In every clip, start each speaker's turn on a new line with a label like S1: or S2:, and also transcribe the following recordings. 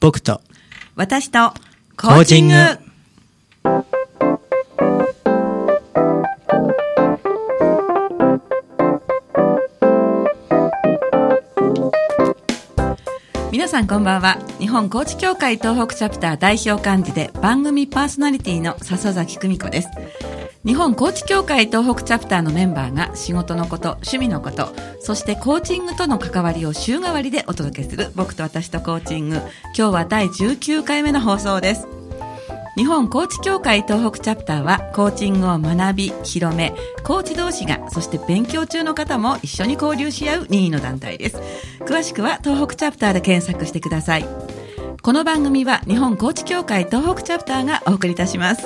S1: 僕と
S2: 私と
S1: コーチング
S2: 皆さんこんばんは日本コーチ協会東北チャプター代表幹事で番組パーソナリティの笹崎久美子です日本コーチ協会東北チャプターのメンバーが仕事のこと趣味のことそしてコーチングとの関わりを週替わりでお届けする僕と私とコーチング今日は第19回目の放送です日本コーチ協会東北チャプターはコーチングを学び広めコーチ同士がそして勉強中の方も一緒に交流し合う任意の団体です詳しくは東北チャプターで検索してくださいこの番組は日本コーチ協会東北チャプターがお送りいたします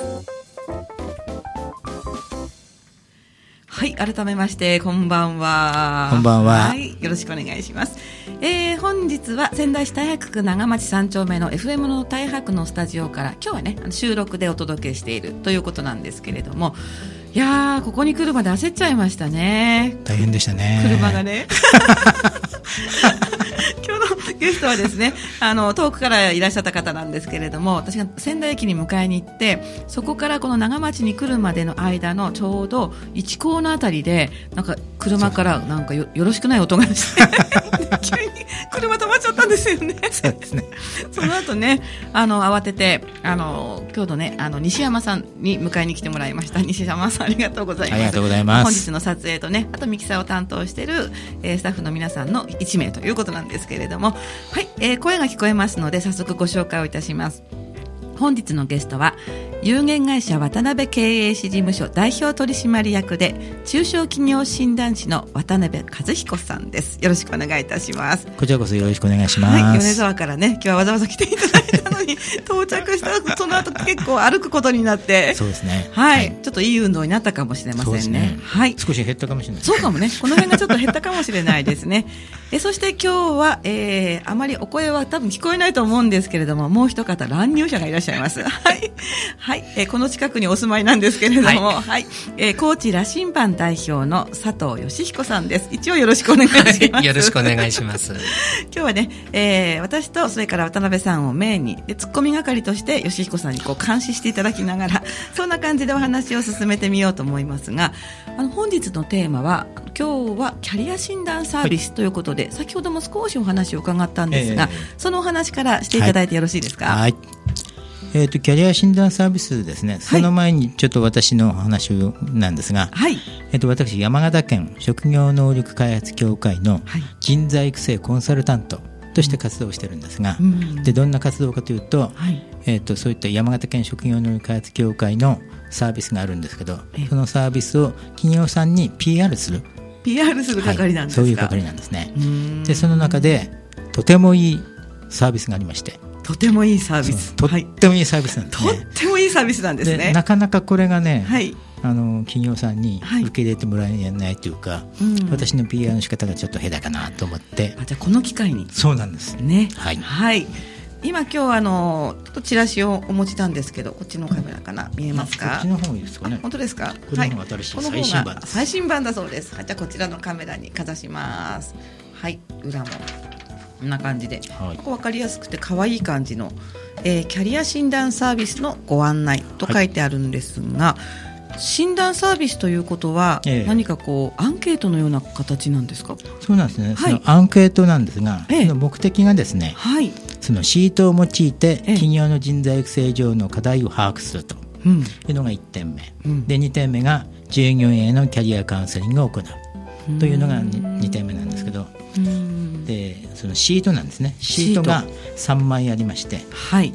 S2: はい改めましてこんばんは
S1: こんばんはい
S2: よろしくお願いします。えー本日は仙台市太白区長町三丁目の FM の太白のスタジオから今日はねあの収録でお届けしているということなんですけれどもいやーここに来るまで焦っちゃいましたね
S1: 大変でしたね
S2: 車がね。 今日のゲストはですね、あの、遠くからいらっしゃった方なんですけれども、私が仙台駅に迎えに行って、そこからこの長町に来るまでの間のちょうど一高のあたりで、なんか車からなんかよよろしくない音がして、 急に車止まっちゃったんですよね。
S1: そうですね
S2: その後ね、あの、慌てて、あの、今日のね、あの、西山さんに迎えに来てもらいました。西山さんありがとうございま
S1: あ
S2: す。
S1: りがとうございます
S2: 本日の撮影とね、あとミキサーを担当している、えースタッフの皆さんの1名ということなんですけれども、はい、えー声が聞こえますので、早速ご紹介をいたします。本日のゲストは有限会社渡辺経営士事務所代表取締役で中小企業診断士の渡辺和彦さんですよろしくお願いいたします
S1: こちらこそよろしくお願いし
S2: は
S1: ま
S2: い、米
S1: す、
S2: 沢からね、今日はわざわざ来ていただい たのに、到着した、その後結構歩くことになって、
S1: そうですね
S2: はい、ちょっといい運動になったかもしれませ
S1: そう
S2: んね。
S1: ですね
S2: はい。
S1: 少し減ったかもしれない
S2: そうかもね、この辺がちょっと減ったかもしれないですね。 えそして今日は、えー、あまりお声は多分聞こえないと思うんですけれども、もう一方、乱入者がいらっしゃいます。 はい。はい、えーこの近くにお住まいなんですけれども、はい、えー、高知羅針盤代表の佐藤義彦さんです。一応よろしくお願いします。
S3: よろしくお願いします。
S2: 今日はね、えー私とそれから渡辺さんをメインにでツッコミ係として吉彦さんにこう監視していただきながら そんな感じでお話を進めてみようと思いますがあの本日のテーマは今日はキャリア診断サービスということで、先ほども少しお話を伺ったんですが、
S1: ええ
S2: そのお話からしていただいてよろしいです か、
S1: はいえっ、とキャリア診断サービスですねその前にちょっと私の話なんですが、
S2: はい
S1: えっと私山形県職業能力開発協会の
S2: はい
S1: 人材育成コンサルタントとして活動してるんですが、
S2: うん
S1: でどんな活動かというと,、
S2: はい
S1: えっとそういった山形県職業能力開発協会のサービスがあるんですけど
S2: ええ
S1: そのサービスを企業さんに PR する
S2: PR する係なんですか、
S1: はいそういう係なんですね
S2: うーん
S1: でその中でとてもいいサービスがありまして
S2: とてもいいサービス
S1: とっ
S2: はい、
S1: てもいいサービスなんです
S2: と
S1: ね。
S2: ってもいいサービスなんですね
S1: なかなかこれがね、
S2: はい
S1: あの企業さんに
S2: はい
S1: 受け入れてもらえないというか、
S2: うん
S1: 私の PR の仕方がちょっと下手かなと思って、
S2: あじゃあこの機会に
S1: そうなんです
S2: ね。
S1: はい
S2: 今今日あのちょっとチラシをお持ちなんですけど、こっちのカメラかな見えます
S1: こ
S2: か
S1: っち。の方がいいですかね
S2: 本当ですか。
S1: これの方が新しい
S2: この方が
S1: 最新版です
S2: 最新版だそうです。はいじゃあこちらのカメラにかざします。はい、裏もこんな感じで、
S1: はい
S2: ここわかりやすくて可愛い感じの、えーキャリア診断サービスのご案内と書いてあるんですが。診断サービスということは、
S1: ええ
S2: 何かこうアンケートのような形なんですか。
S1: そうなんですね、
S2: はい
S1: そのアンケートなんですが、
S2: ええ
S1: その目的がですね
S2: はい。
S1: そのシートを用いて
S2: ええ
S1: 企業の人材育成上の課題を把握すると
S2: うん。
S1: いうのが1点目、
S2: うん
S1: で2点目が従業員へのキャリアカウンセリングを行うというのが 2, 点目なんですけど
S2: うん
S1: でそのシートなんですねシートが3枚ありまして、
S2: はい。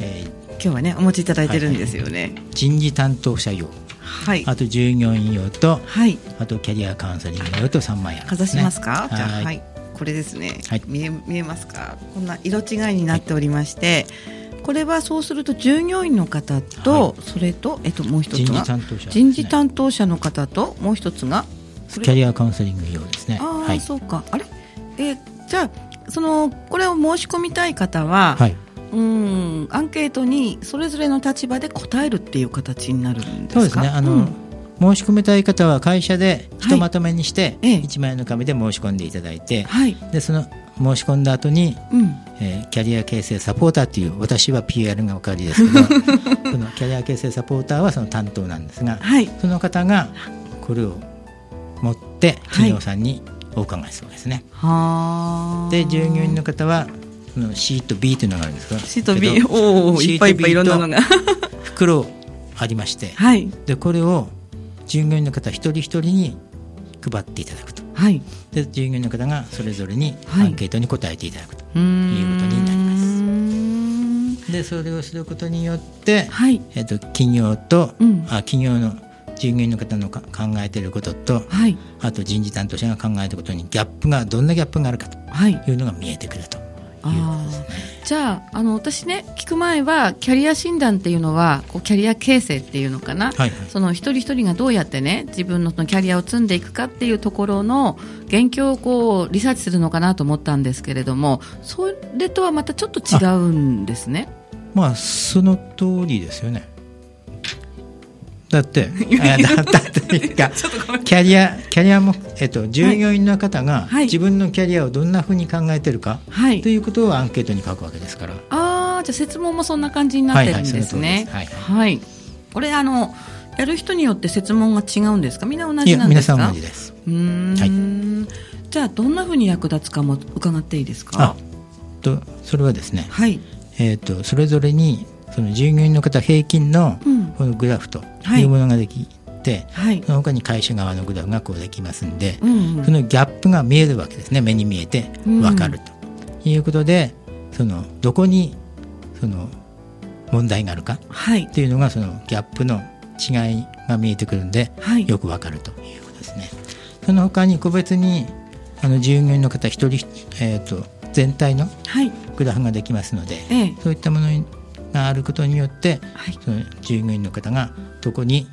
S1: えー
S2: 今日はねお持ちいただいてるんですよね。
S1: 人事担当者用
S2: はい。
S1: あと従業員用と
S2: はい。
S1: あとキャリアカウンセリング用と3枚あるんで
S2: かざ
S1: す、
S2: し
S1: ね、
S2: ますか。じゃあ
S1: は
S2: はいい、これですね。
S1: はい
S2: 見え見えますか。こんな色違いになっておりまして、これはそうすると従業員の方と、それとえっともう一つ
S1: 人
S2: が
S1: 事担当者、
S2: 人事担当者の方ともう一つが
S1: キャリアカウンセリング用ですね
S2: ああ、
S1: はい、
S2: そうか。あれえーじゃあそのこれを申し込みたい方は、
S1: はい、
S2: うんアンケートにそれぞれの立場で答えるっていう形になるんですか。
S1: そうですねあの、
S2: ん
S1: 申し込みたい方は会社でひとまとめにして
S2: ええ
S1: 1万円の紙で申し込んでいただいて、
S2: はい。
S1: でその申し込んだ後に、
S2: うん。
S1: えーキャリア形成サポーターという私は PR がおかわりです けどこのキャリア形成サポーターはその担当なんですが、
S2: はい。
S1: その方がこれを持って企業さんにお伺いするわけですね。
S2: はあ。
S1: で従業員の方はその C と B というのがあるんですが
S2: シート B
S1: けど
S2: おおいっぱいいっぱいいろんなのが
S1: 袋ありまして、
S2: はい
S1: でこれを従業員の方一人一人に配っていただくと
S2: はい
S1: で従業員の方がそれぞれに
S2: は
S1: ア
S2: い
S1: ンケートに答えていただくと、
S2: うーん
S1: いうことになり
S2: ま
S1: でそれをすることによって、
S2: はい
S1: えっと企業と、
S2: うん
S1: あ企業の従業員の方のか考えていることと
S2: はい
S1: あと人事担当者が考えていることにギャップがどんなギャップがあるかと
S2: はい
S1: いうのが見えてくるということですね。
S2: じゃああの私ね聞く前はキャリア診断っていうのはこうキャリア形成っていうのかな、
S1: はいはい
S2: その一人一人がどうやってね自分のそのキャリアを積んでいくかっていうところの現況をこうリサーチするのかなと思ったんですけれどもそれとはまたちょっと違うんですね
S1: まあその通りですよねだ ってあだだっていうかキャリアキャリアも、えっと、従業員の方が
S2: はい
S1: 自分のキャリアをどんなふうに考えてるか、
S2: はい
S1: ということをアンケートに書くわけですから
S2: ああ、じゃあ設問もそんな感じになってるんですね。
S1: はいはいその通りです
S2: はいこれあのやる人によって設問が違うんですか。みんな同
S1: い
S2: じ
S1: や
S2: なんで
S1: 皆
S2: す
S1: さ
S2: か。
S1: ん同じです
S2: うーん。じゃあどんな風に役立つかも伺っていいです
S1: あ
S2: か。
S1: とそれはですね、
S2: はい。
S1: えっとそれぞれにその従業員の方平均の
S2: うん
S1: このグラフと
S2: はい
S1: いうものができて、
S2: はい。
S1: その他に会社側のグラフがこうできますんで、
S2: うん、うん
S1: そ。のギャップが見えるわけですね目に見えてわかると、いうことでそのどこにその問題があるか
S2: はい
S1: っ。ていうのがそのギャップの違いが見えてくるんで、
S2: はい
S1: よくわかるということですね。その他に個別にあの従業員の方一人、えー、と全体の
S2: はい。
S1: グラフができますので、
S2: ええ。
S1: そういったものがあることによって
S2: はい。
S1: その従業員の方がどこに、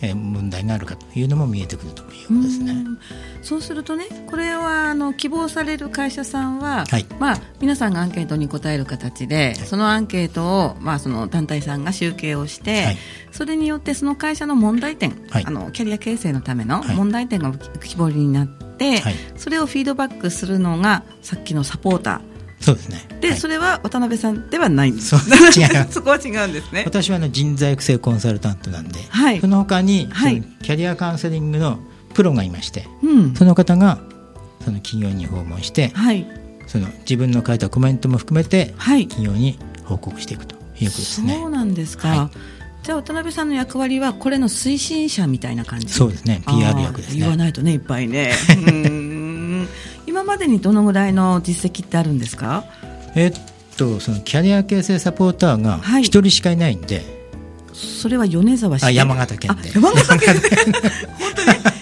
S1: えー問題があるかというのも見えてくるということですね。
S2: うんそうするとね、これはあの希望される会社さんは、
S1: はい
S2: まあ、皆さんがアンケートに答える形で、そのアンケートを、まあ、その団体さんが集計をして、
S1: はい
S2: それによってその会社の問題点、
S1: はい
S2: あのキャリア形成のための
S1: はい
S2: 問題点が浮き彫りになって、
S1: はい
S2: それをフィードバックするのがさっきのサポータ
S1: そうですね。
S2: ーで、
S1: はい
S2: それは渡辺さんではないんで
S1: そ
S2: す
S1: う違います
S2: そこは違うんですね。
S1: 私はあの人材育成コンサルタントなんで、
S2: はい
S1: その他にそ
S2: はい
S1: のキャリアカウンセリングのプロがいまして、
S2: うん
S1: その方がその企業に訪問して、
S2: はい
S1: その自分の書いたコメントも含めて
S2: はい
S1: 企業に報告していくということですね
S2: そう。なんですか、
S1: は
S2: じゃあ渡辺さんの役割はこれの推進者みたいな感じ
S1: そうですね。
S2: あー
S1: PR 役です
S2: 言わ
S1: ね。
S2: ないとねいっぱ いねうーん今までにどのぐらいの実績ってあるんですか
S1: えっとそのキャリア形成サポーターが
S2: はい
S1: 一人しかいないんで、
S2: それは米沢市
S1: あ山形県
S2: あ
S1: で。
S2: 山形 県で本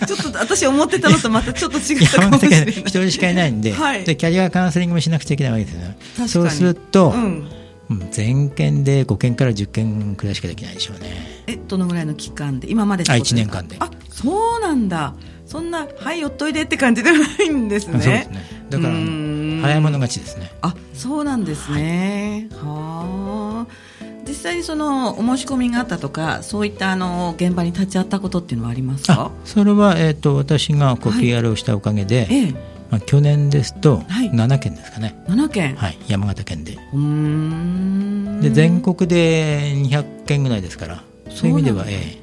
S2: 当にちょっと私思ってたのとまたちょっと違ったか
S1: 山
S2: も
S1: 形
S2: しれな
S1: 県
S2: い
S1: で一人しかいないんで,、
S2: はい
S1: でキャリアカウンセリングもしなくちゃいけないわけですよね
S2: か。に
S1: そうすると、
S2: うん、
S1: うん全県で5件から10件くらいしかできないでしょうね。
S2: えどのぐらいの期間で今までってことすか
S1: あ一年間で
S2: あそうなんだそんなはいおっといでって感じではないんです
S1: あ
S2: ね
S1: そうですね。だから
S2: うーん
S1: 早い者勝ちですね。
S2: あそうなんですね、はあ実際にそのお申し込みがあったとかそういったあの現場に立ち会ったことっていうのはあります
S1: あ
S2: か
S1: それは、えっと私がこう
S2: はい
S1: PR をしたおかげで、
S2: ええ
S1: まあ、去年ですと
S2: はい
S1: 7件ですかね、
S2: 7件、
S1: はい山形県で
S2: うーん
S1: で全国で200件ぐらいですからそういう意味では、
S2: そう
S1: え
S2: なんだ
S1: え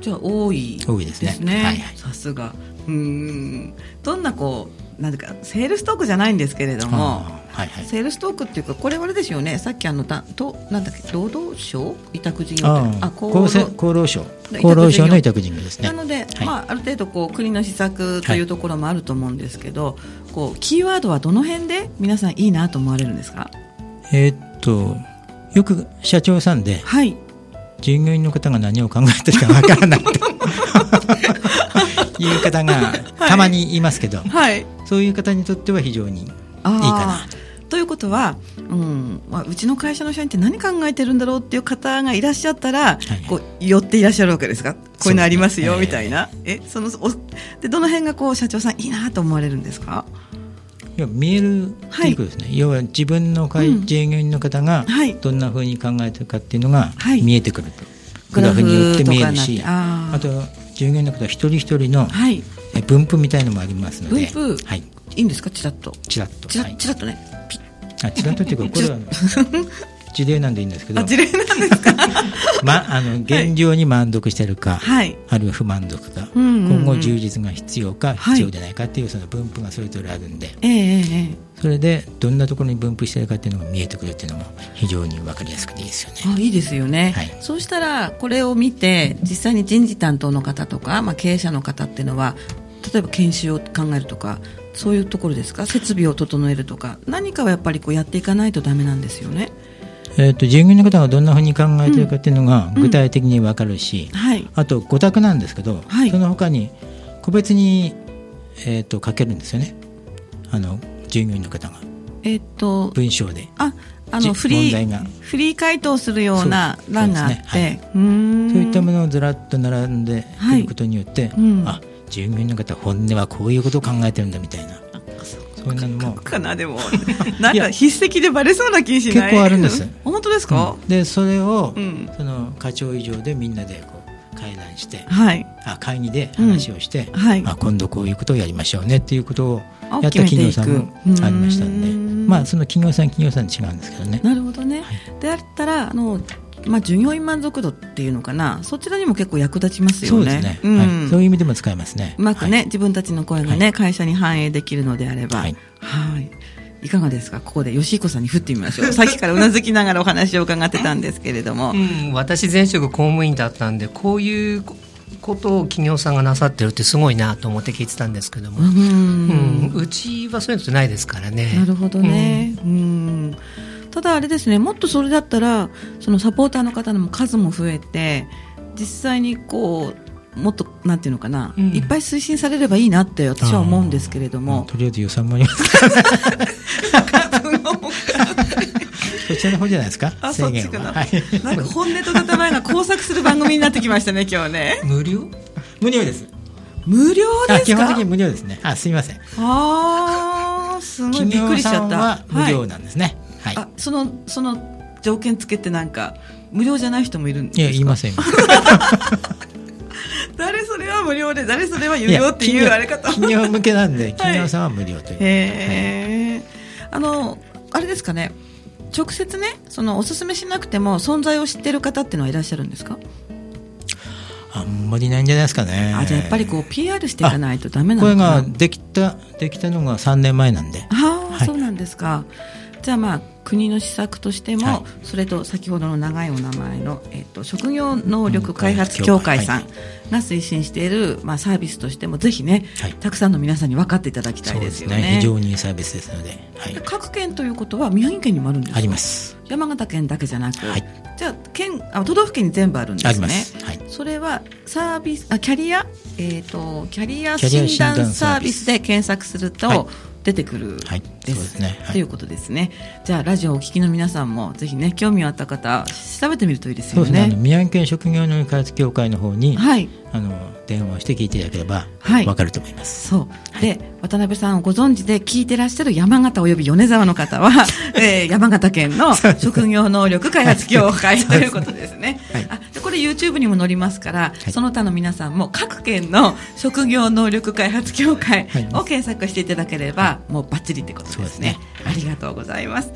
S2: じゃあ多い
S1: 多いですね
S2: ですね
S1: はいはい
S2: さすがうーんどんなこうなんていうかセールストークじゃないんですけれども
S1: あーはいはい
S2: セールストークっていうかこれはあれですよねさっきあのたとなんだっけ労働省委託事業みたい
S1: あ
S2: な厚
S1: 厚
S2: 労
S1: 生厚労省
S2: で
S1: 厚労省の委託事業ですね
S2: なの
S1: は
S2: で、
S1: い
S2: まあ、ある程度こう国の施策というところもあると思うんですけど、こうキーワードはどの辺で皆さんいいなと思われるんですか
S1: えーっとよく社長さんで
S2: はい
S1: 従業員の方が何を考えてるかわからない という方がたまにいますけど、
S2: はい
S1: そういう方にとっては非常にいい
S2: あー
S1: かな
S2: ということは、うんまあ、うちの会社の社員って何考えてるんだろうっていう方がいらっしゃったら、
S1: はい
S2: こう寄っていらっしゃるわけですかこういうのあります
S1: そ
S2: よ
S1: う
S2: み
S1: です
S2: た
S1: ね
S2: いな、えそのおでどの辺がこう社長さんいいなと思われるんですか
S1: いや見えるっていうことですね、要は自分の会、
S2: うん
S1: 従業員の方が
S2: はい
S1: どんなふうに考えてるかっていうのが
S2: はい
S1: 見えてくるとグラフによって見えるし
S2: グラフとかにな
S1: あ
S2: って
S1: と従業員の方一人一人の
S2: はい
S1: え分布みたいのもありますので
S2: 分布
S1: はい、
S2: いいんですかチラッと
S1: ちらっと
S2: チラ
S1: はい
S2: ッチラッとねピッ
S1: あちらっとっていうかこれは あの事例なんでいいんですけど
S2: あ事例なんですか
S1: ま、あの現状に満足してるか、
S2: はい
S1: あるいは不満足か、
S2: うんうんうん
S1: 今後充実が必要か
S2: はい
S1: 必要でないかっていうその分布がそれぞれあるんで、
S2: ええええええ
S1: それでどんなところに分布してるかっていうのが見えてくるっていうのも非常に分かりやすくていいですよね。
S2: あいいですよね、
S1: はい
S2: そうしたらこれを見て実際に人事担当の方とか、まあ、経営者の方っていうのは例えば研修を考えるとかそういうところですか設備を整えるとか何かはやっぱりこうやっていかないとダメなんですよね
S1: えっと従業員の方がどんなふうに考えてるかっていうのが具体的に分かるし、
S2: はい
S1: あと5択なんですけど、
S2: はい
S1: その他に個別に、えー、と書けるんですよねあの従業員の方が
S2: えーっと
S1: 文章で。
S2: ああ
S1: じ
S2: のフリ
S1: 問題
S2: ー
S1: が
S2: フリー回答するような
S1: そう
S2: 欄があって
S1: そうです
S2: うーん
S1: そういったものをずらっと並んでくることによって、
S2: はいうん
S1: あ従業員の方本音はこういうことを考えてるんだみたいなそんなの
S2: 書
S1: も
S2: くかなでもなん
S1: い
S2: か
S1: や
S2: 筆跡でバレそうな気しない
S1: 結構あるんです
S2: 本当ですか、
S1: でそれを、
S2: うん
S1: その課長以上でみんなでこう会談して
S2: はい
S1: あ会議で話をして、
S2: うんはい
S1: まあ、今度こういうことをやりましょうねっていうことをや
S2: あ
S1: った企業さんも
S2: 決めていく
S1: ありましたんで
S2: うん
S1: まあその企業さん企業さんで違うんですけどね
S2: なるほどね、
S1: はい
S2: であったらあの、まあ、従業員満足度っていうのかなそちらにも結構役立ちますよ
S1: そう
S2: ね
S1: ですね、
S2: ん
S1: はい、そういう意味でも使えますね
S2: うまくね、自分たちの声がね、会社に反映できるのであればは
S1: はいい
S2: いかがですかここで吉彦さんに振ってみま しょうさっきからうなずきながらお話を伺ってたんですけれども、
S3: うん、私前職公務員だったんでこういうことを企業さんがなさってるってすごいなと思って聞いてたんですけども、
S2: う
S3: うんんうちはそういうのってないですからね。
S2: なるほどね、うんただあれですねもっとそれだったらそのサポーターの方の数も増えて実際にこうもっとなんていうのかな、
S3: うん
S2: いっぱい推進されればいいなって私は思うんですけれど
S1: もう
S2: も
S1: んとりあえず予算もあります そちらの方じゃないですか
S2: あそ
S1: 制
S2: っち
S1: 限
S2: か
S1: は、
S2: な,、
S1: はい、
S2: なんか本音と建前が交錯する番組になってきましたね 今日ね
S3: 無料
S1: 無料です
S2: 無料
S1: あ
S2: です
S1: 基本
S2: か
S1: 的に無料ですねあすみません
S2: あーすごい
S1: 企
S2: びっく
S1: 業
S2: りしち
S1: さ
S2: ゃっ
S1: ん
S2: た
S1: は無料
S2: はい
S1: なんですねはい、
S2: あそのその条件つけてなんか無料じゃない人もいるんです
S1: い
S2: か
S1: や言いません
S2: 誰それは 無料で誰それは有
S1: いや
S2: 料っていうあれ 方
S1: 企業企業向けなんで企業さんは無料という、
S2: へえあのあれですかね直接ねそのおすすめしなくても存在を知ってる方っていうのはいらっしゃるんですか、
S1: あんまりないんじゃないですかね
S2: あじゃあやっぱりこう PR していかないとダメなの
S1: こ
S2: か
S1: れが
S2: な
S1: できたできたのが3年前なんで
S2: ああ、
S1: はい
S2: そうなんですかじゃあまあ国の施策としても、
S1: はい
S2: それと先ほどの長いお名前の、えっと職業能力開発協会さんが推進している、まあ、サービスとしてもぜひね、
S1: はい
S2: たくさんの皆さんに分かっていただきたいですよね
S1: 非常にいいサービスですので、はい
S2: で、各県ということは宮城県にもあるんですか
S1: あります
S2: 山形県だけじゃなく、
S1: はい
S2: じゃあ県あ都道府県に全部あるんで
S1: あ
S2: す
S1: り
S2: ね
S1: ます、はい、
S2: それはサービスあキャリア、えー、とキャリア
S1: キャリ
S2: 診
S1: ア
S2: 断
S1: 診断
S2: サ
S1: サ
S2: ー
S1: ー
S2: ビ
S1: ビ
S2: ス
S1: ス
S2: で検索する
S1: はい
S2: と出てくるです,、
S1: はいそうですねはい
S2: ということですねじゃあラジオをお聞きの皆さんもぜひね興味あった方調べてみるといいです
S1: そう
S2: よ
S1: ですねあ
S2: ね
S1: の宮城県職業能力開発協会の方に、
S2: はい
S1: あの電話をして聞いていただければ
S2: はい
S1: わかると思います、
S2: そうで渡辺さんをご存知で聞いてらっしゃる山形および米沢の 方は、えー山形県の職業能力開発協会ということですね。
S1: はい
S2: あでこれ YouTube にも載りますから、
S1: い
S2: その他の皆さんも各県の職業能力開発協会
S1: はい
S2: を検索していただければ、もうバッチリってことです
S1: そう
S2: ね。
S1: ですね
S2: ありがとうございます。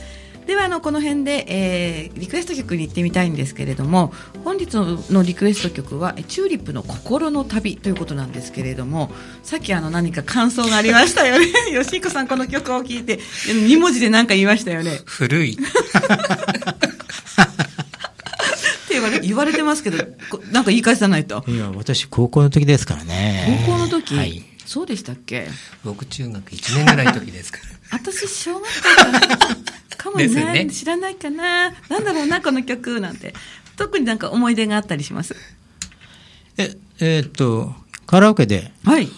S2: ではあのこの辺で、えーリクエスト曲に行ってみたいんですけれども本日のリクエスト曲はえ「チューリップの心の旅」ということなんですけれどもさっきあの何か感想がありましたよね 吉彦さんこの曲を聴いて2文字で何か言いましたよねっ
S3: 古い
S2: て言われ言われてますけどこなんか言い返さないと
S1: いや私高校の時ですからね
S2: 高校の時、
S1: はい、
S2: そうでしたっけ
S3: 僕中学1年ぐらいの時ですか
S2: 私小学校かかもね
S3: ですよね
S2: 知らないかななんだろうなこの曲なんて特になんか思い出があったりします
S1: ええーっとカラオケで
S2: はい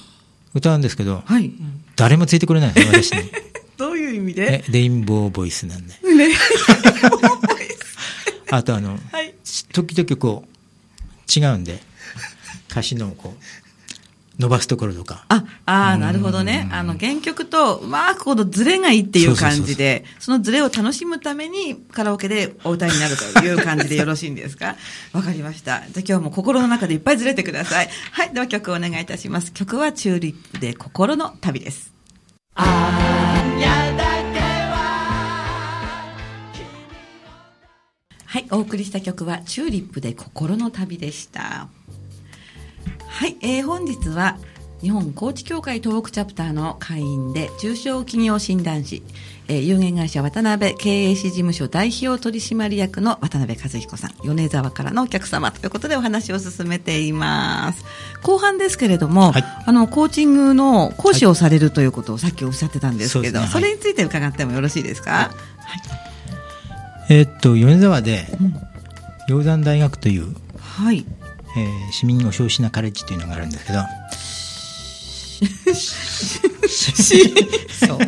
S1: 歌うんですけど、
S2: はい
S1: 誰もついてくれないんです私 に
S2: どういう意味
S1: え
S2: で
S1: レインボーボイスなんで
S2: ね
S1: あとあの、
S2: はい
S1: 時々こう違うんで歌詞のこう伸ばすところとか
S2: あ、ああ、なるほどね。あの、原曲とうまくこのズレがいいっていう感じで、そのズレを楽しむためにカラオケでお歌いになるという感じでよろしいんです かわかりました。じゃあ今日も心の中でいっぱいズレてください。はい、では曲をお願いいたします。曲はチューリップで心の旅です。ああ、やだけは。はい、お送りした曲はチューリップで心の旅でした。はい、えー、本日は日本高知協会東北チャプターの会員で中小企業診断士、えー、有限会社渡辺経営士事務所代表取締役の渡辺和彦さん米沢からのお客様ということでお話を進めています後半ですけれども、はい、あのコーチングの講師をされるということをさっきおっしゃってたんですけど、はいそ,ねはい、それについて伺ってもよろしいですか、
S1: えー、っと米沢で鷹山、うん、大学という、
S2: はい
S1: えー、市民を消費なカレッジというのがあるんですけど
S2: そう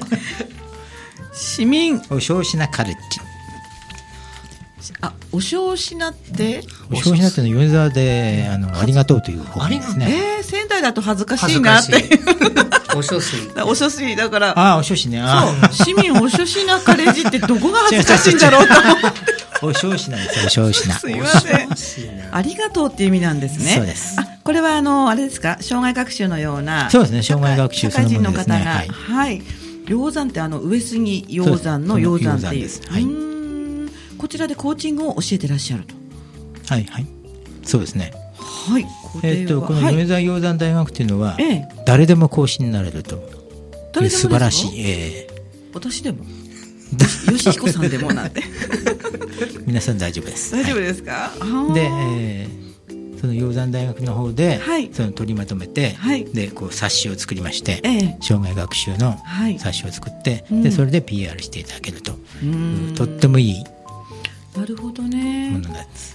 S2: 市民
S1: お小品カレッジ
S2: あお小品って
S1: お小品ってのは米沢であのありがとうという方法ですね、
S2: えー、仙台だと 恥ずかしいなって
S3: お小水
S2: お小水だから
S1: ああお小水ね
S2: そう市民お小品カレッジってどこが恥ずかしいんだろうと思って
S1: お小品ですよ、お小品。
S2: すいません。ありがとうっていう意味なんですね。
S1: そうです。
S2: あ、これはあの、あれですか、障害学習のような。
S1: そうですね、障害学習
S2: 社会人の方が、
S1: ね、
S2: はい。はい。鷹山ってあの、上杉鷹山の鷹山っていう。うはい。こちらでコーチングを教えてらっしゃると。
S1: はい、はい。そうですね。
S2: はい。
S1: えー、っと、この米沢鷹山大学っていうのは、はい、誰でも講師になれると。
S2: 誰でも
S1: 素晴らしい。ええー、
S2: 私でも。よしひこさんでもなんて
S1: 皆さん大丈夫です
S2: 大丈夫ですか、
S1: はい、で、えー、その鷹山大学の方で、はい、その取りまとめて、はい、でこう冊子を作りまして、ええ、障害学習の冊子を作って、うん、でそれで PR していただけると、うん、とってもいい
S2: なるほどね
S1: ものなんです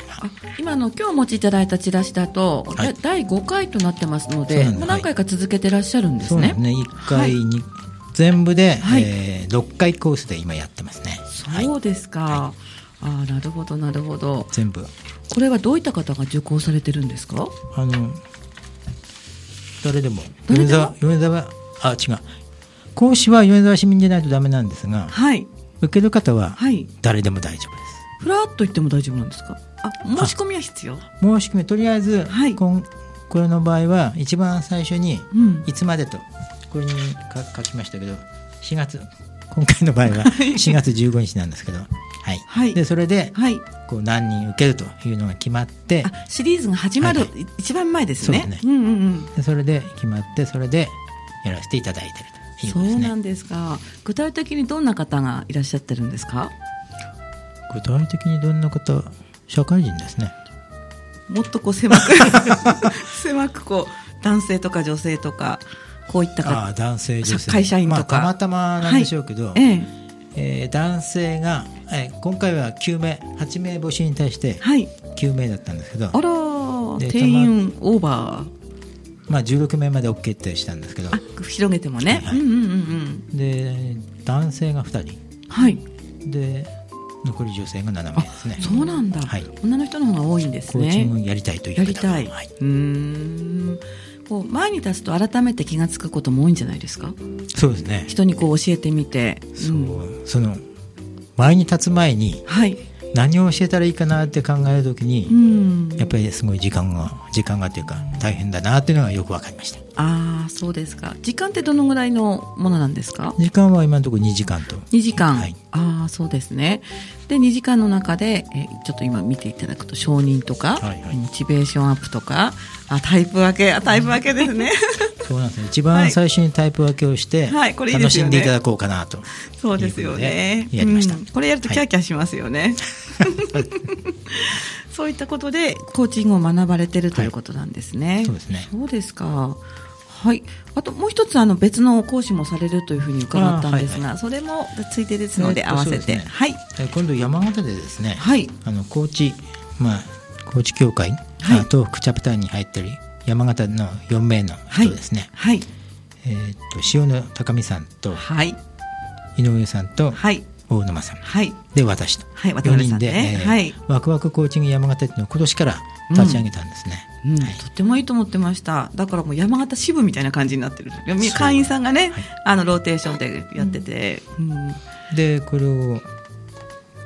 S2: 今の今日お持ちいただいたチラシだと、第5回となってますのでもう何回か続けてらっしゃるんですね。
S1: すね1回、2全部で、はい、えー、6回コースで今やってますね
S2: そうですか、はい、ああなるほどなるほど
S1: 全部
S2: これはどういった方が受講されてるんですか
S1: あの誰でも米沢米沢あ違う講師は米沢市民じゃないとダメなんですが、
S2: はい、
S1: 受ける方は誰でも大丈夫です、
S2: ふらっと言っても大丈夫なんですかあ申し込みは必要
S1: 申し込みとりあえず、はい、ここれの場合は一番最初に、うん、いつまでとこれにか書きましたけど4月今回の場合は4月15日なんですけど、はいはい、でそれで、はい、こう何人受けるというのが決まって
S2: シリーズが始まる、はい、一番前ですね
S1: そ、ね、うんうんうん、それで決まってそれでやらせていただいてるということです、ね、
S2: そうなんですか具体的にどんな方がいらっしゃってるんですか
S1: 具体的にどんな方社会人ですね
S2: もっとこう 狭く狭くこう男性とか女性とかこういった
S1: 方男性女性
S2: 会社員とか、まあ、
S1: たまたまなんでしょうけど、はい、えええー、男性が、えー、今回は9名8名募集に対して9名だったんですけど、はい、
S2: あら定員オーバー
S1: まあ16名まで OK ってしたんですけど
S2: 広げてもね、はいうんうんうん、
S1: で男性が2人
S2: はい
S1: で残り女性が7名ですね
S2: そうなんだ、はい、女の人の方が多いんですね
S1: コーチングやりたいという
S2: やりたい、はい、うんこう前に立つと改めて気が付くことも多いんじゃないですか
S1: そうですね
S2: 人にこう教えてみて、
S1: そう、うん、その前に立つ前に、はい、何を教えたらいいかなって考えるときに、うん、やっぱりすごい時間が時間がというか大変だなっていうのがよく分かりました
S2: ああそうですか時間ってどのぐらいのものなんですか
S1: 時間は今のところ2時間と
S2: 2時間、はい、ああそうですねで2時間の中でえちょっと今見ていただくと承認とか、はいはい、モチベーションアップとかあタイプ分けタイプ分けですね
S1: そうなんですね一番最初にタイプ分けをして、はい、はいね、楽しんでいただこうかなと
S2: そうですよね、
S1: やりました、うん
S2: これやるとキャーキャーしますよね、 はい、そういったことでコーチングを学ばれてるということなんですね、はい、
S1: そうですね
S2: そうですかはい、あともう一つあの別の講師もされるというふうに伺ったんですが、はいはい、それもついてですので合わせて、ね、はい、
S1: 今度山形でですね、
S2: はい、
S1: あの高知、まあ、高知協会、はい、東北チャプターに入ってる山形の4名の人ですね、
S2: はい、はい、
S1: えー、っと塩野高美さんと、
S2: はい、
S1: 井上さんと、
S2: はい、
S1: 大沼さん、
S2: はい
S1: で私と、
S2: はい渡
S1: 4
S2: 辺
S1: 人
S2: さん
S1: で、
S2: ね
S1: えー
S2: はい
S1: ワクワクコーチング山形っていうのを今年から立ち上げたんですね。
S2: うん
S1: はい
S2: とってもいいと思ってましただからもう山形支部みたいな感じになってるみ
S1: そう
S2: 会員さんが
S1: は
S2: ね、
S1: い
S2: あのローテーションでやってて、うん
S1: でこれを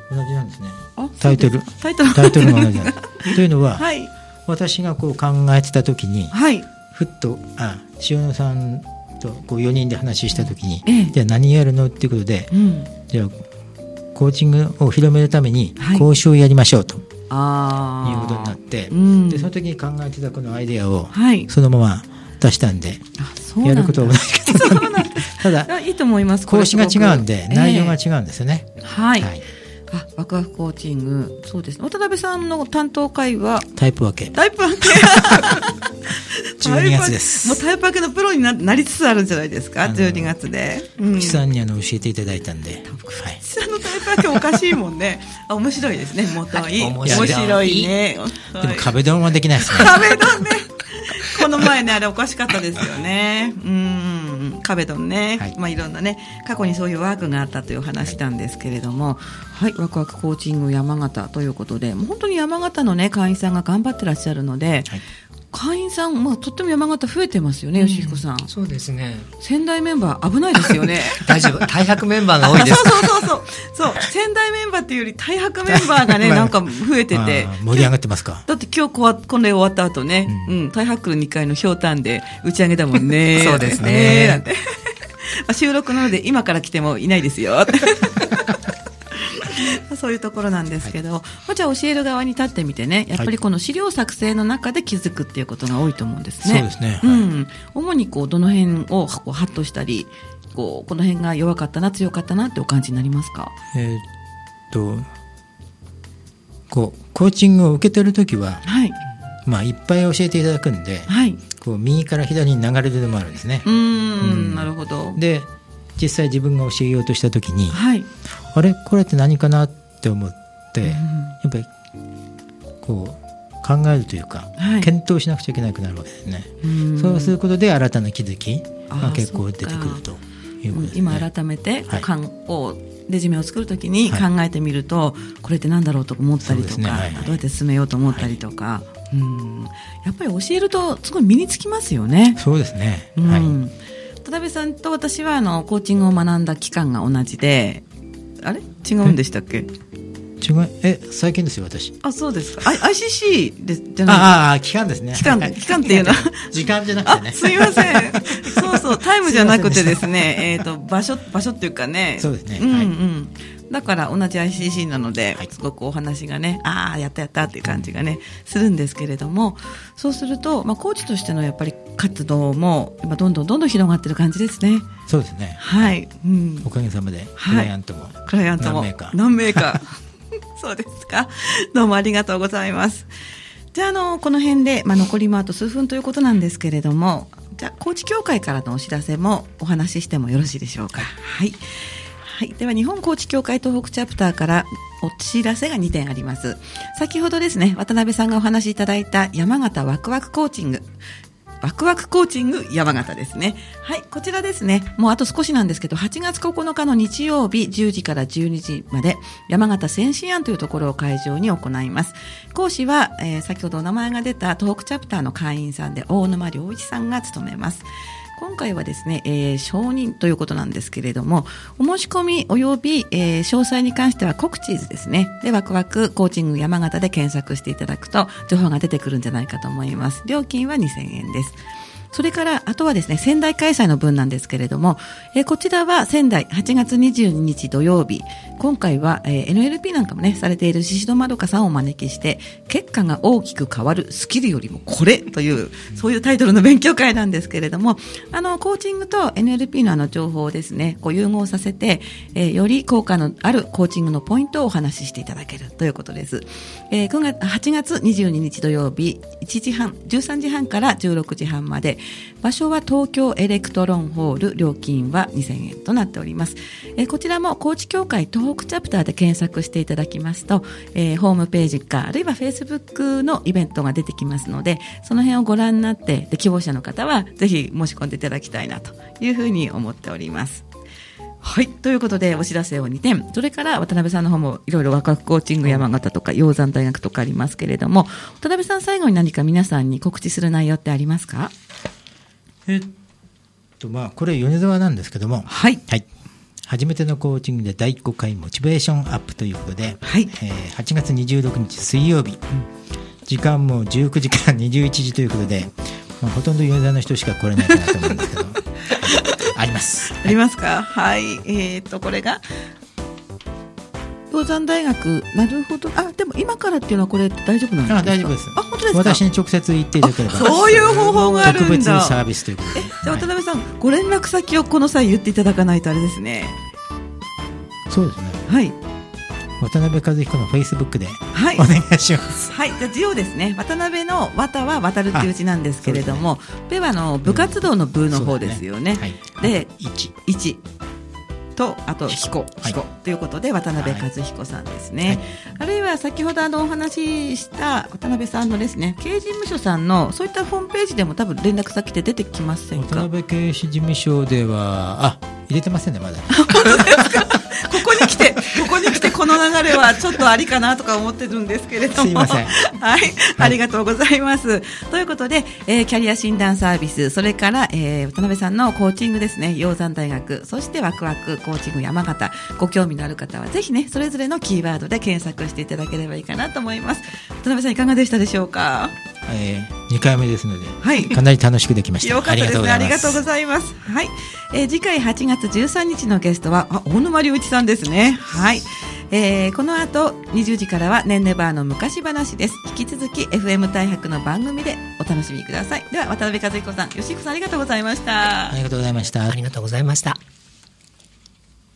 S1: 同じなんです ね
S2: あ
S1: タイトル
S2: タイトル
S1: タイトルが同じなんですというのは、
S2: はい
S1: 私がこう考えてた時に
S2: はい
S1: ふっとあ塩野さんとこう4人で話した時に、
S2: ええ
S1: じゃあ何やるのっていうことで、
S2: うん
S1: じゃあコーチングを広めるために
S2: はい
S1: 講習をやりましょうという
S2: ああ
S1: ことになって、
S2: うん
S1: でその時に考えてたこのアイデアを
S2: はい
S1: そのまま出したんで、
S2: あそうなん
S1: や
S2: だ
S1: ることは同じけど
S2: そうなんです
S1: ただ
S2: いやいいと思いますこ
S1: 講
S2: れ
S1: 師が違うんです
S2: ごく
S1: 内容が
S2: え
S1: 違うんですよね。
S2: えはい、
S1: はい、
S2: あワクワクコーチングそうですね渡辺さんの担当会は
S1: タイプ分け
S2: タイプ分け
S1: 12月です
S2: もうタイプ分けのプロにななりつつあるんじゃないですか
S1: あの
S2: 12月で、うん、
S1: 木さんにあの教えていただいたんで、はい、
S2: 岸さんのタイプ分けおかしいもんねあ面白いですねもとい
S3: はい
S2: 面
S3: 面
S1: 白い
S2: 白いね
S1: でも
S2: はい
S1: 壁ドンはできないですね。
S2: 壁ドンね。この前ね、あれおかしかったですよね。うん、壁ドンね。
S1: はい
S2: まあいろんなね、過去にそういうワークがあったという話なんですけれども、はい、ワクワクコーチング山形ということで、もう本当に山形のね、会員さんが頑張ってらっしゃるので、
S1: はい
S2: 会員さん、まあとっても山形増えてますよね、吉彦さん。
S3: そうですね。
S2: 仙台メンバー危ないですよね。
S3: 大丈夫。大白メンバーが多いで
S2: そう
S3: す。
S2: そうそうそう。そう、仙台メンバーっていうより、大白メンバーがね、なんか増えてて
S1: あ。ー盛り上がってますか。
S2: だって今日こわこれ終わった後ね、うん、タイハックル2階のひょうたんで打ち上げだもんね。
S3: そうですね
S2: えなんて まあ収録なので今から来てもいないですよ。 そういうところなんですけど、まあ、じゃあ教える側に立ってみてね、やっぱりこの資料作成の中で気づくっていうことが多いと思うんです
S1: そ
S2: ね。
S1: うですね
S2: うん。主にこう、どの辺をこうハッとしたり、こう、この辺が弱かったな、強かったなってお感じになりますか
S1: えーっとこうコーチングを受けてる時は、
S2: はい。
S1: まあ、いっぱい教えていただくんで、
S2: はい。
S1: こう右から左に流れるでもあるんですね
S2: う。ん,、
S1: うん
S2: なるほど。
S1: で実際自分が教えようとした時に、
S2: はい。
S1: あれこれって何かなって思って、
S2: う
S1: や
S2: ん
S1: っぱりこう考えるというか、
S2: はい
S1: 検討しなくちゃいけなくなるわけですね。
S2: うん
S1: そうすることで新たな気づき
S2: あ
S1: が
S2: ー
S1: 結構出てくるということです、ね
S2: 今改めてこ
S1: は
S2: う
S1: い
S2: かんこうレジュメを作るときに
S1: は
S2: 考えてみると、これって何だろうと思ったりと
S1: そうです
S2: か、
S1: ねはいはい
S2: どうやって進めようと思ったりとか、うんやっぱり教えるとすごい身につきますよね。
S1: そうですね。
S2: うん
S1: はい。
S2: 渡辺さんと私はあのコーチングを学んだ期間が同じであれ違うんでしたっけ
S1: 違うえ最近ですよ私。
S2: あそうですか I- ICC でじゃない
S1: あああ期間ですね。
S2: 期間
S1: はい
S2: 期間っていうのは
S1: 時間じゃなく
S2: あ
S1: てね。
S2: すいません。そうそう、タイムじゃなくてですね、えっ、と、場所、場所っていうかね。
S1: そうですね
S2: うんうん。
S1: はい
S2: だから同じ ICC なので、
S1: はい
S2: すごくお話がね、ああ、やったやったっていう感じがね、するんですけれども、そうすると、まあ、コーチとしてのやっぱり活動も、今どんどんどんどん広がってる感じですね。
S1: そうですね。
S2: はい。うん
S1: お。かげさまで
S2: は
S1: ク
S2: い
S1: ライアントも
S2: クライアントも
S1: 何名か。
S2: 何名か そうですかどうもありがとうございますじゃああのこの辺で、まあ、残りもあと数分ということなんですけれどもじゃあ高知協会からのお知らせもお話ししてもよろしいでしょうかはい、はい、では日本高知協会東北チャプターからお知らせが2点あります先ほどですね渡辺さんがお話しいただいた山形ワクワクコーチングワクワクコーチング山形ですね。はい、こちらですね。もうあと少しなんですけど、8月9日の日曜日10時から12時まで、山形先進案というところを会場に行います。講師は、えー先ほどお名前が出た東北チャプターの会員さんで、大沼良一さんが務めます。今回はですね、えー承認ということなんですけれども、お申し込み及び、えー詳細に関してはコクチーズですね。で、ワクワクコーチング山形で検索していただくと、情報が出てくるんじゃないかと思います。料金は2000円です。それから、あとはですね、仙台開催の分なんですけれども、えーこちらは仙台8月22日土曜日、今回は、えー NLP なんかもね、されている宍戸まどかさんをお招きして、結果が大きく変わるスキルよりもこれという、そういうタイトルの勉強会なんですけれども、あの、コーチングと NLP のあの情報をですね、こう融合させて、えーより効果のあるコーチングのポイントをお話ししていただけるということです。えー9月、8月22日土曜日、1時半、13時半から16時半まで、場所は東京エレクトロンホール、料金は2000円となっております。えーこちらも高知協会東北チャプターで検索していただきますと、えーホームページか、あるいは Facebook のイベントが出てきますので、その辺をご覧になって、で希望者の方はぜひ申し込んでいただきたいなというふうに思っております。はい。ということで、お知らせを2点。それから、渡辺さんの方も、いろいろ若くコーチング山形とか、鷹山大学とかありますけれども、渡辺さん、最後に何か皆さんに告知する内容ってありますか
S1: えっと、まあ、これ、米沢なんですけども、
S2: はい。
S1: はい。初めてのコーチングで第5回モチベーションアップということで、
S2: はい
S1: えー、8月26日水曜日、時間も19時から21時ということで、まあ、ほとんど米沢の人しか来れないかなと思うんです けどあります
S2: ありますかはいえー、っとこれが東山大学なるほどあでも今からっていうのはこれ大丈夫なんですか
S1: あ大丈夫です
S2: あ本当ですか
S1: 私に直接言っていただければ
S2: そういう方法があるんだ
S1: 特別サービスということで
S2: えじゃあ渡辺さん、ご連絡先をこの際言っていただかないとあれですね
S1: はい、そうですね
S2: はい
S1: 渡辺和彦のフェイスブックで
S2: はい
S1: お願いします
S2: はい、じゃあ、ジオですね。渡辺の渡は渡るっていう字なんですけれども、ペ、はの部活動の部の方ですよね。
S1: そう
S2: で、
S1: 一
S2: 一とあと彦
S1: はい
S2: 彦ということで渡辺和彦さんですね。あるいは先ほどあのお話しした渡辺さんのですね、刑事務所さんのそういったホームページでも多分連絡先って出てきません
S1: 渡
S2: か。こ
S1: 辺警視事務所ではあ入れてませんね まだ
S2: こに来てここに来てこの流れはちょっとありかなとか思ってるんですけれども。
S1: すいません
S2: はい、ありがとうございます。ということで、えーキャリア診断サービス、それから、えー渡辺さんのコーチングですね、鷹山大学、そしてワクワクコーチング山形、ご興味のある方は、ぜひね、それぞれのキーワードで検索していただければいいかなと思います。渡辺さん、いかがでしたでしょうか
S1: えー、2回目ですので、
S2: はい
S1: かなり楽しくできました
S2: よかったですね。ありがとうご
S1: す
S2: ざいます。はい。えー次回8月13日のゲストは、あ、大沼良一さんですね。はい。えーこの後20時からはねんねバーの昔話です。引き続き FM 大白の番組でお楽しみください。では渡辺和彦さん、吉彦さんありがとうございまし
S1: あ
S2: た。
S1: りがとうございました
S3: ありがとうございました